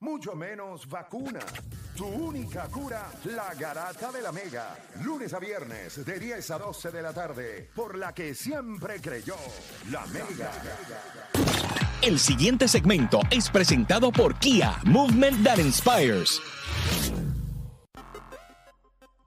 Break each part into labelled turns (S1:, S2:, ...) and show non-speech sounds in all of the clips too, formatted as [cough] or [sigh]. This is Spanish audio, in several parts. S1: Mucho menos vacuna. Tu única cura, la garata de la mega. Lunes a viernes, de 10 a 12 de la tarde. Por la que siempre creyó, la mega.
S2: El siguiente segmento es presentado por Kia, Movement That Inspires.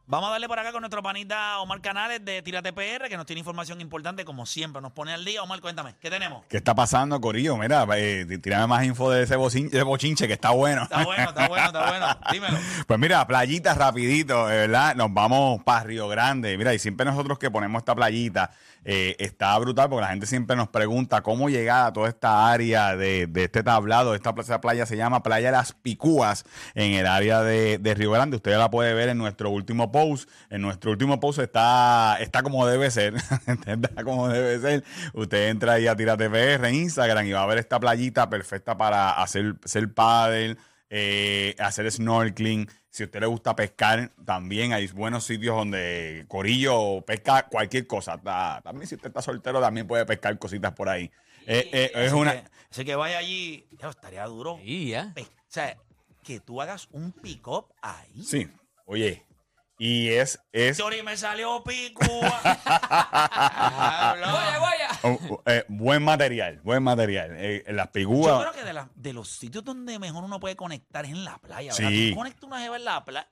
S3: Vamos a darle por acá con nuestro panita Omar Canales de Tírate PR, que nos tiene información importante, como siempre. Nos pone al día. Omar, cuéntame, ¿qué tenemos?
S4: ¿Qué está pasando, Corillo? Mira, eh, tí- tírame más info de ese, bocin- de bochinche que
S3: [laughs]
S4: está bueno.
S3: Está bueno, está bueno, está bueno. Dímelo.
S4: [laughs] Pues mira, playita rapidito, eh, ¿verdad? Nos vamos para Río Grande. Mira, y siempre nosotros que ponemos esta playita, eh, está brutal porque la gente siempre nos pregunta cómo llegar a toda esta área de, de este tablado. Esta plaza playa se llama Playa Las Picúas en el área de, de Río Grande. Usted la puede ver en nuestro último post. En nuestro último post está, está como debe ser. [laughs] está como debe ser. Usted entra ahí a Tírate PR en Instagram y va a ver esta playita perfecta para hacer, hacer paddle eh, hacer snorkeling. Si a usted le gusta pescar, también hay buenos sitios donde Corillo pesca cualquier cosa. Ta- También si usted está soltero, también puede pescar cositas por ahí. Eh, eh, es
S3: Así
S4: una...
S3: que- así que vaya allí. Ya, estaría duro.
S5: Sí, ya.
S3: Pe- O sea, que tú hagas un pick-up ahí.
S4: Sí, oye. Y es... es
S3: Sorry, me salió picúa.
S5: Guaya,
S3: Diablo.
S5: guaya.
S4: oh, oh, eh, buen material, buen material. Eh, las
S3: Yo
S4: pigúas...
S3: creo que de, la- de los sitios donde mejor uno puede conectar es en la playa. ¿verdad?
S4: Sí.
S3: Tú conectas una jeva en la playa.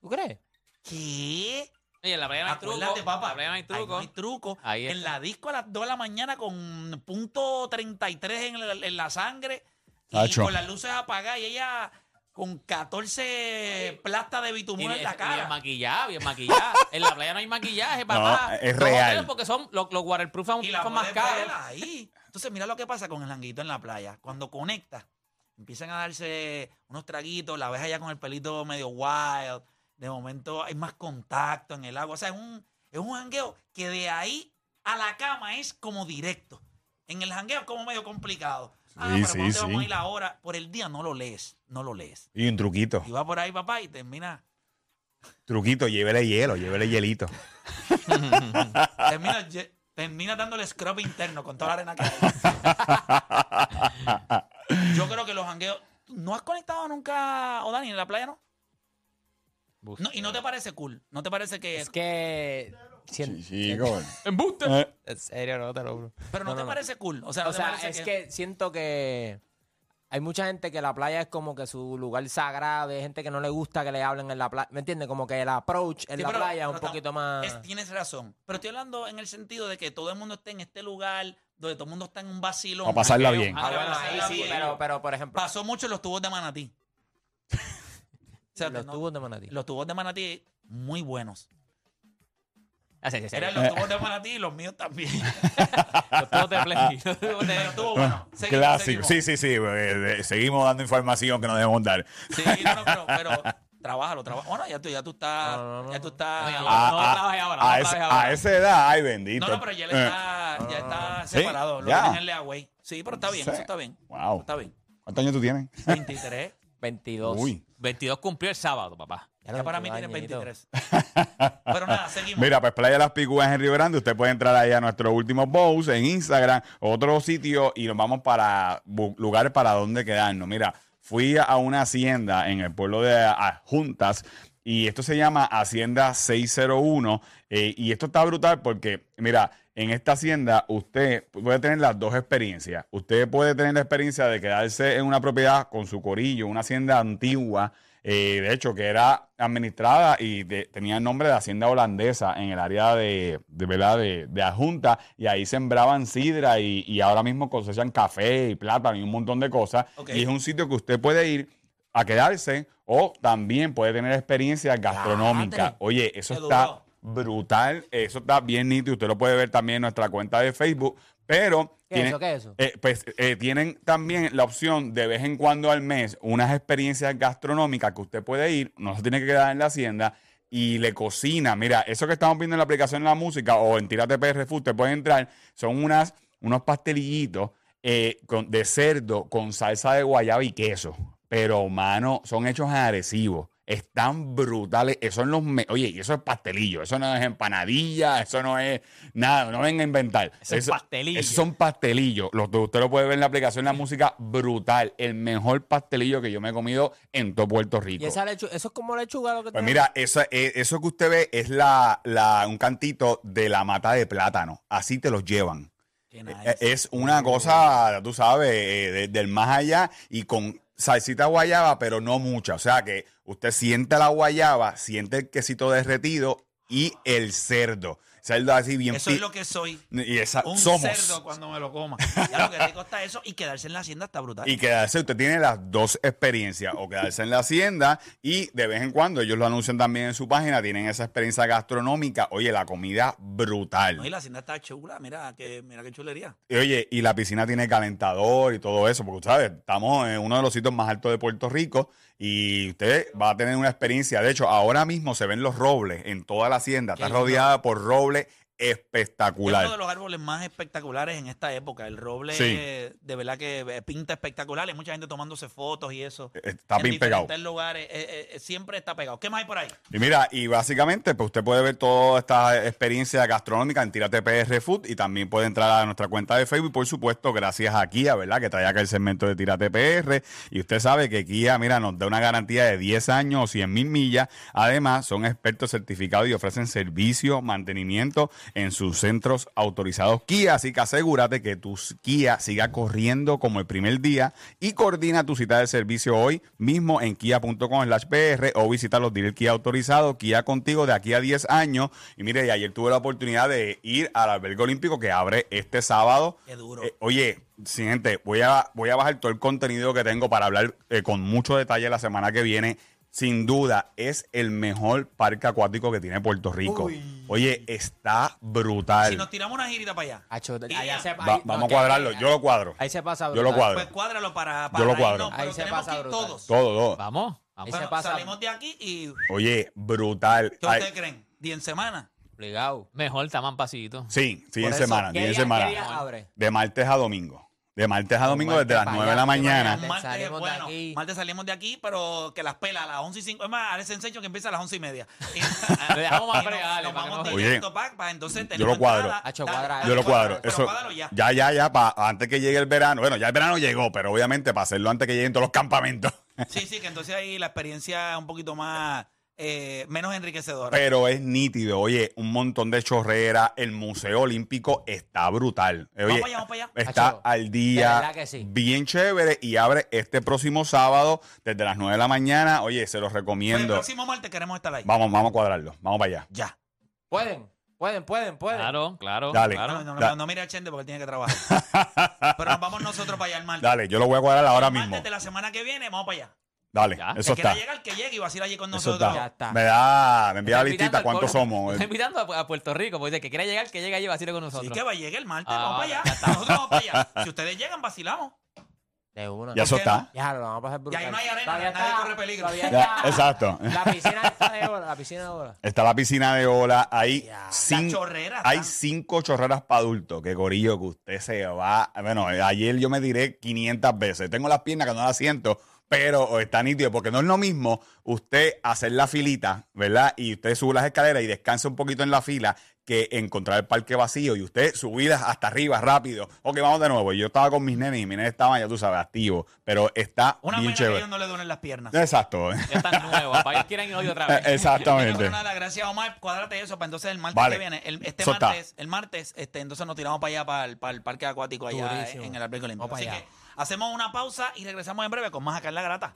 S5: ¿Tú crees?
S3: ¿Qué?
S5: Oye, en la playa no hay truco.
S3: Acuérdate, papá.
S5: En la playa no hay
S3: Ahí no
S5: truco.
S3: hay truco.
S5: Ahí
S3: en
S5: está.
S3: la disco a las 2 de la mañana con punto 33 en la, en la sangre
S4: Tacho.
S3: y con las luces apagadas y ella con 14 plastas de
S5: Y
S3: bitumino
S5: bien,
S3: en la
S5: y bien
S3: cara.
S5: maquillado, bien
S3: [laughs]
S5: maquillado. en la playa no hay maquillaje, papá.
S4: es
S5: Los
S4: real.
S5: hoteles, Porque son, los, los waterproof son,
S3: Y la
S5: son más
S3: puedes ver
S5: caros.
S3: ahí. Entonces mira lo que pasa con el janguito en la playa. Cuando conectas, empiezan a darse unos traguitos, la ves allá con el pelito medio wild, de momento hay más contacto en el agua. O sea, es un, es un jangueo que de ahí a la cama es como directo. En el jangueo es como medio complicado. Ah,
S4: Sí,
S3: pero ¿cuándo
S4: sí,
S3: te vamos a
S4: sí.
S3: ir ahora? Por el día no lo lees, no lo lees.
S4: Y un truquito.
S3: Y va por ahí, papá, y termina,
S4: Truquito, llévele hielo, llévele hielito.
S3: termina, ye- termina dándole scrub interno con toda la arena que hay.
S4: [laughs]
S3: Yo creo que los jangueos. ¿No has conectado nunca, o Dani, en la playa, no? No, y no te parece cool. No te parece que.
S6: Es que.
S4: Sí,
S6: sien-
S4: chico.
S5: ¡Embuste!
S4: Eh,
S6: En serio, no te lo juro.
S3: pero no,
S6: no,
S3: te
S6: no, no.
S3: parece cool. O sea, no
S6: O
S3: te
S6: sea,
S3: parece
S6: es que siento que. Hay mucha gente que la playa es como que su lugar sagrado. Hay gente que no le gusta que le hablen en la playa. ¿Me entiendes? Como que el approach en
S3: Sí,
S6: la
S3: pero-
S6: playa es
S3: pero
S6: un
S3: tam-
S6: poquito más.
S3: es- tienes razón. Pero estoy hablando en el sentido de que todo el mundo esté en este lugar, donde todo el mundo está en un vacilón.
S4: Para pasarla bien.
S6: Ah, bueno, ahí
S3: Ah,
S6: sí,
S3: bueno.
S6: pero, pero por ejemplo.
S3: Pasó mucho en los tubos de Manatí. O sea,
S6: Los
S3: no-
S6: tubos de manatí.
S3: los tubos de Manatí, muy buenos.
S5: Ah, sí, sí, sí.
S3: Eran los tubos de Manatí y los míos también.
S6: [laughs]
S5: Los tubos de
S3: [laughs]
S5: play. Los tubos de-
S3: Pero estuvo bueno. Seguimos,
S4: Clásico.
S3: seguimos.
S4: Sí, sí, sí. eh, eh, seguimos dando información que no debemos dar.
S3: Sí, no, no, pero, pero trabájalo, trabájalo. Bueno, ya tú, ya tú estás.
S6: No, no, no.
S3: Ya tú estás.
S5: No,
S4: a,
S5: no
S4: a-
S5: trabajes ahora,
S4: a
S5: no
S4: esa-
S5: trabajes ahora.
S4: a esa edad, ay, bendito.
S3: no, no, pero ya él
S4: Eh,
S3: está, ya
S6: Ah.
S3: está
S4: Sí,
S3: separado. Lo
S4: ya.
S3: tienen en Leaway. Sí, pero está bien,
S4: Sí.
S3: eso está bien.
S4: Wow.
S3: Está bien.
S4: ¿Cuántos años tú tienes?
S3: 23.
S6: 22.
S4: Uy.
S5: 22 cumplió el sábado, papá.
S6: lo
S3: Ya para mí
S6: años,
S3: tienes
S6: ñito.
S3: 23.
S4: [laughs]
S3: Pero nada, seguimos.
S4: Mira, pues Playa Las Picúas en Río Grande. Usted puede entrar ahí a nuestro último post en Instagram, otro sitio, y nos vamos para bu- lugares para donde quedarnos. Mira, fui a una hacienda en el pueblo de a- Juntas y esto se llama Hacienda 601. eh, y esto está brutal porque, mira, en esta hacienda usted puede tener las dos experiencias. Usted puede tener la experiencia de quedarse en una propiedad con su corillo, una hacienda antigua, eh, de hecho que era administrada y de- tenía el nombre de hacienda holandesa en el área de, de, ¿verdad? de, de Ajunta y ahí sembraban sidra y, y ahora mismo cosechan café y plátano y un montón de cosas.
S3: Ok.
S4: Y es un sitio que usted puede ir a quedarse o también puede tener experiencias gastronómicas.
S3: Cállate.
S4: Oye, eso
S3: Qué
S4: está
S3: duro.
S4: brutal. Eso está bien nítido. Usted lo puede ver también en nuestra cuenta de Facebook. Pero
S6: ¿Qué
S4: tienen-
S6: eso? ¿Qué eso?
S4: eh, pues eh, tienen también la opción de vez en cuando al mes unas experiencias gastronómicas que usted puede ir, no se tiene que quedar en la hacienda y le cocina. Mira, eso que estamos viendo en la aplicación de la música o en Tírate PR Food, usted puede entrar, son unas, unos pastelillitos eh, con- de cerdo con salsa de guayaba y queso. Pero, mano, son hechos agresivos. Están brutales. Eso en los. me- Oye, y eso es pastelillo. Eso no es empanadilla. Eso no es nada. No venga a inventar.
S5: Eso es
S4: Eso-
S5: pastelillo.
S4: Esos son pastelillos. Los de usted lo puede ver en la aplicación La Música. Brutal. El mejor pastelillo que yo me he comido en todo Puerto Rico.
S6: Y esa lechuga, eso es como lechuga lo que
S4: Pues
S6: te-
S4: mira, esa- eh, eso que usted ve es la, la- un cantito de la mata de plátano. Así te los llevan.
S3: Qué
S4: Eh,
S3: nice.
S4: Es una cosa, tú sabes, eh, de- del más allá y con salsita guayaba, pero no mucha. O sea que usted siente la guayaba, siente el quesito derretido y el cerdo. Cerdo así bien
S3: Eso
S4: pi-
S3: es lo que soy.
S4: y esa-
S3: Un
S4: somos.
S3: cerdo cuando me lo coma. Ya lo que rico está eso y quedarse en la hacienda está brutal.
S4: Y quedarse, usted tiene las dos experiencias, o quedarse en la hacienda y de vez en cuando, ellos lo anuncian también en su página, tienen esa experiencia gastronómica, oye, la comida brutal.
S3: No, y la hacienda está chula, mira, que, mira qué chulería.
S4: Y, oye, y la piscina tiene calentador y todo eso, porque usted sabe, estamos en uno de los sitios más altos de Puerto Rico y usted va a tener una experiencia. De hecho, ahora mismo se ven los robles en toda la hacienda,
S3: Qué
S4: está
S3: lindo.
S4: rodeada por robles
S3: Es uno de
S4: espectacular.
S3: los árboles más espectaculares en esta época. El roble,
S4: Sí.
S3: eh, de verdad que eh, pinta espectacular. Hay mucha gente tomándose fotos y eso.
S4: Eh, Está
S3: en
S4: bien pegado.
S3: diferentes lugares, eh, eh, siempre está pegado. ¿Qué más hay por ahí?
S4: Y mira, y básicamente, pues usted puede ver toda esta experiencia gastronómica en Tírate PR Food y también puede entrar a nuestra cuenta de Facebook, por supuesto, gracias a Kia, ¿verdad? Que trae acá el segmento de Tírate PR. Y usted sabe que Kia, mira, nos da una garantía de 10 años o 100 mil millas. Además, son expertos certificados y ofrecen servicio, mantenimiento en sus centros autorizados Kia. Así que asegúrate que tu Kia siga corriendo como el primer día y coordina tu cita de servicio hoy mismo en kia.com slash PR o visita los dealers Kia autorizados, Kia contigo de aquí a 10 años. Y mire, y ayer tuve la oportunidad de ir al albergue olímpico que abre este sábado.
S3: Qué duro.
S4: Eh, oye, sí, gente, voy a, voy a bajar todo el contenido que tengo para hablar eh, con mucho detalle la semana que viene. Sin duda, es el mejor parque acuático que tiene Puerto Rico. Oye, está brutal.
S3: Si nos tiramos una girita para allá,
S6: Acho,
S3: Allá.
S6: allá se-
S4: Va-
S6: ahí- no,
S4: vamos a
S6: que-
S4: cuadrarlo, yo lo cuadro.
S6: Ahí se pasa
S4: Yo lo
S6: brutal.
S4: cuadro.
S3: pues cuádralo para, para
S4: Yo lo
S3: irnos,
S4: cuadro.
S3: pero
S6: Ahí se
S3: tenemos
S6: pasa
S3: que ir
S6: brutal.
S3: todos.
S4: Todo, todo.
S5: Vamos, vamos.
S6: Ese
S3: Bueno,
S6: pasa-
S3: salimos de aquí y
S4: Oye, brutal.
S3: ¿qué
S4: Ay,
S3: ustedes creen? ¿Día en semana?
S6: Obligado.
S5: Mejor taman pasillito.
S4: sí, sí, en
S6: Por eso,
S4: semana,
S6: ¿qué
S4: sí, en
S6: día-
S4: semana.
S6: qué día abre?
S4: De martes a domingo. De martes a domingo
S6: martes
S4: desde las
S6: para
S4: 9 de
S6: allá,
S4: la
S6: de
S4: mañana.
S6: mañana.
S3: Un martes,
S6: salimos de
S3: bueno,
S6: aquí.
S3: martes salimos de aquí, pero que las pela a las 11 y 5. Es más, Alex Enseño que empieza a las 11 y
S5: [laughs]
S3: media. Y-
S5: Le dejamos más
S3: y nos-
S5: fregales
S3: nos
S5: para que
S3: vamos
S5: no-
S4: Oye,
S3: directo pa- pa- entonces
S4: yo
S3: tenemos
S4: lo cuadro.
S3: entrada.
S6: Hacho,
S3: Dale,
S6: cuadra
S3: dale,
S4: Yo lo cuadro.
S3: cuádralo, pero
S4: Eso,
S3: cuádralo ya.
S4: ya, ya, ya, pa- antes que llegue el verano. Bueno, ya el verano llegó, pero obviamente para hacerlo antes que lleguen todos los campamentos. [laughs]
S3: Sí, sí, que entonces ahí la experiencia un poquito más, eh, menos enriquecedora.
S4: Pero es nítido, oye, un montón de chorrera. El Museo Olímpico está brutal. Eh, Oye,
S3: vamos para allá, vamos para allá. Pues,
S4: Está
S6: Hacho,
S4: al
S6: de
S4: día,
S6: verdad que sí.
S4: bien chévere y abre este próximo sábado desde las 9 de la mañana. Oye, se los
S3: Pues el
S4: recomiendo.
S3: próximo martes queremos estar ahí.
S4: Vamos, vamos a cuadrarlo, vamos para allá.
S3: Ya.
S6: Pueden, pueden, pueden, pueden.
S5: Claro, claro.
S4: Dale.
S3: No,
S5: claro.
S3: no, no,
S4: Da-
S3: no, no mire a Chende porque él tiene que trabajar.
S4: [laughs]
S3: Pero nos vamos nosotros para allá el martes.
S4: Dale, yo lo voy a cuadrar ahora
S3: El martes
S4: mismo.
S3: de la semana que viene, vamos para allá.
S4: Dale,
S5: Ya.
S4: eso
S3: el que quiera
S4: está.
S3: llegar, que llegue y va a ir allí con
S4: Eso
S3: nosotros.
S4: está.
S6: Ya está.
S4: Me da, me envía la
S5: Está invitando
S4: listita
S5: al
S4: cuántos
S5: pueblo.
S4: somos.
S5: [laughs] Está invitando a, a Puerto Rico, porque dice que quiera llegar, que llegue allí va a con
S3: Así
S5: nosotros.
S3: que va, llegue el martes,
S5: Ah,
S3: vamos para allá.
S5: ya
S6: [laughs]
S5: está.
S3: Nosotros vamos para allá. Si ustedes llegan, vacilamos.
S6: De una.
S4: Ya eso
S3: ¿Por qué
S4: está.
S6: Ya lo vamos a pasar
S3: Y
S6: brutal.
S3: ahí no hay arena,
S6: Todavía
S3: nadie
S6: está-
S3: corre peligro.
S6: todavía
S4: Ya,
S6: está-
S4: exacto.
S6: La piscina está de bola, la piscina de bola.
S4: Está la piscina de ola, hay,
S6: Ya.
S4: cin-
S3: Las chorreras
S4: hay
S3: están.
S4: cinco chorreras para adultos. Que gorillo que usted se va. Bueno, eh, ayer yo me diré 500 veces. Tengo las piernas que no las siento, pero está nítido porque no es lo mismo usted hacer la filita, ¿verdad? Y usted sube las escaleras y descansa un poquito en la fila que encontrar el parque vacío y usted subidas hasta arriba rápido. Ok, vamos de nuevo. Yo estaba con mis nenes y mis nenes estaban, ya tú sabes, activos, pero está
S3: Una
S4: bien
S3: pena que
S4: chévere.
S3: ellos no le duelen las piernas.
S4: Exacto.
S5: Ya están nuevos. Para ellos quieren ir hoy otra vez.
S4: Eh,
S3: Bueno,
S4: [laughs] Exactamente.
S3: pero nada, gracias Omar, cuádrate eso para entonces el martes
S4: Vale.
S3: que viene, el- este
S4: Eso está.
S3: martes, el martes, este, entonces nos tiramos para allá, para el, para el parque acuático allá eh,
S6: Durísimo.
S3: en el albergue olímpico.
S6: Vamos
S3: Así
S6: para allá.
S3: que hacemos una pausa y regresamos en breve con más acá en la grata.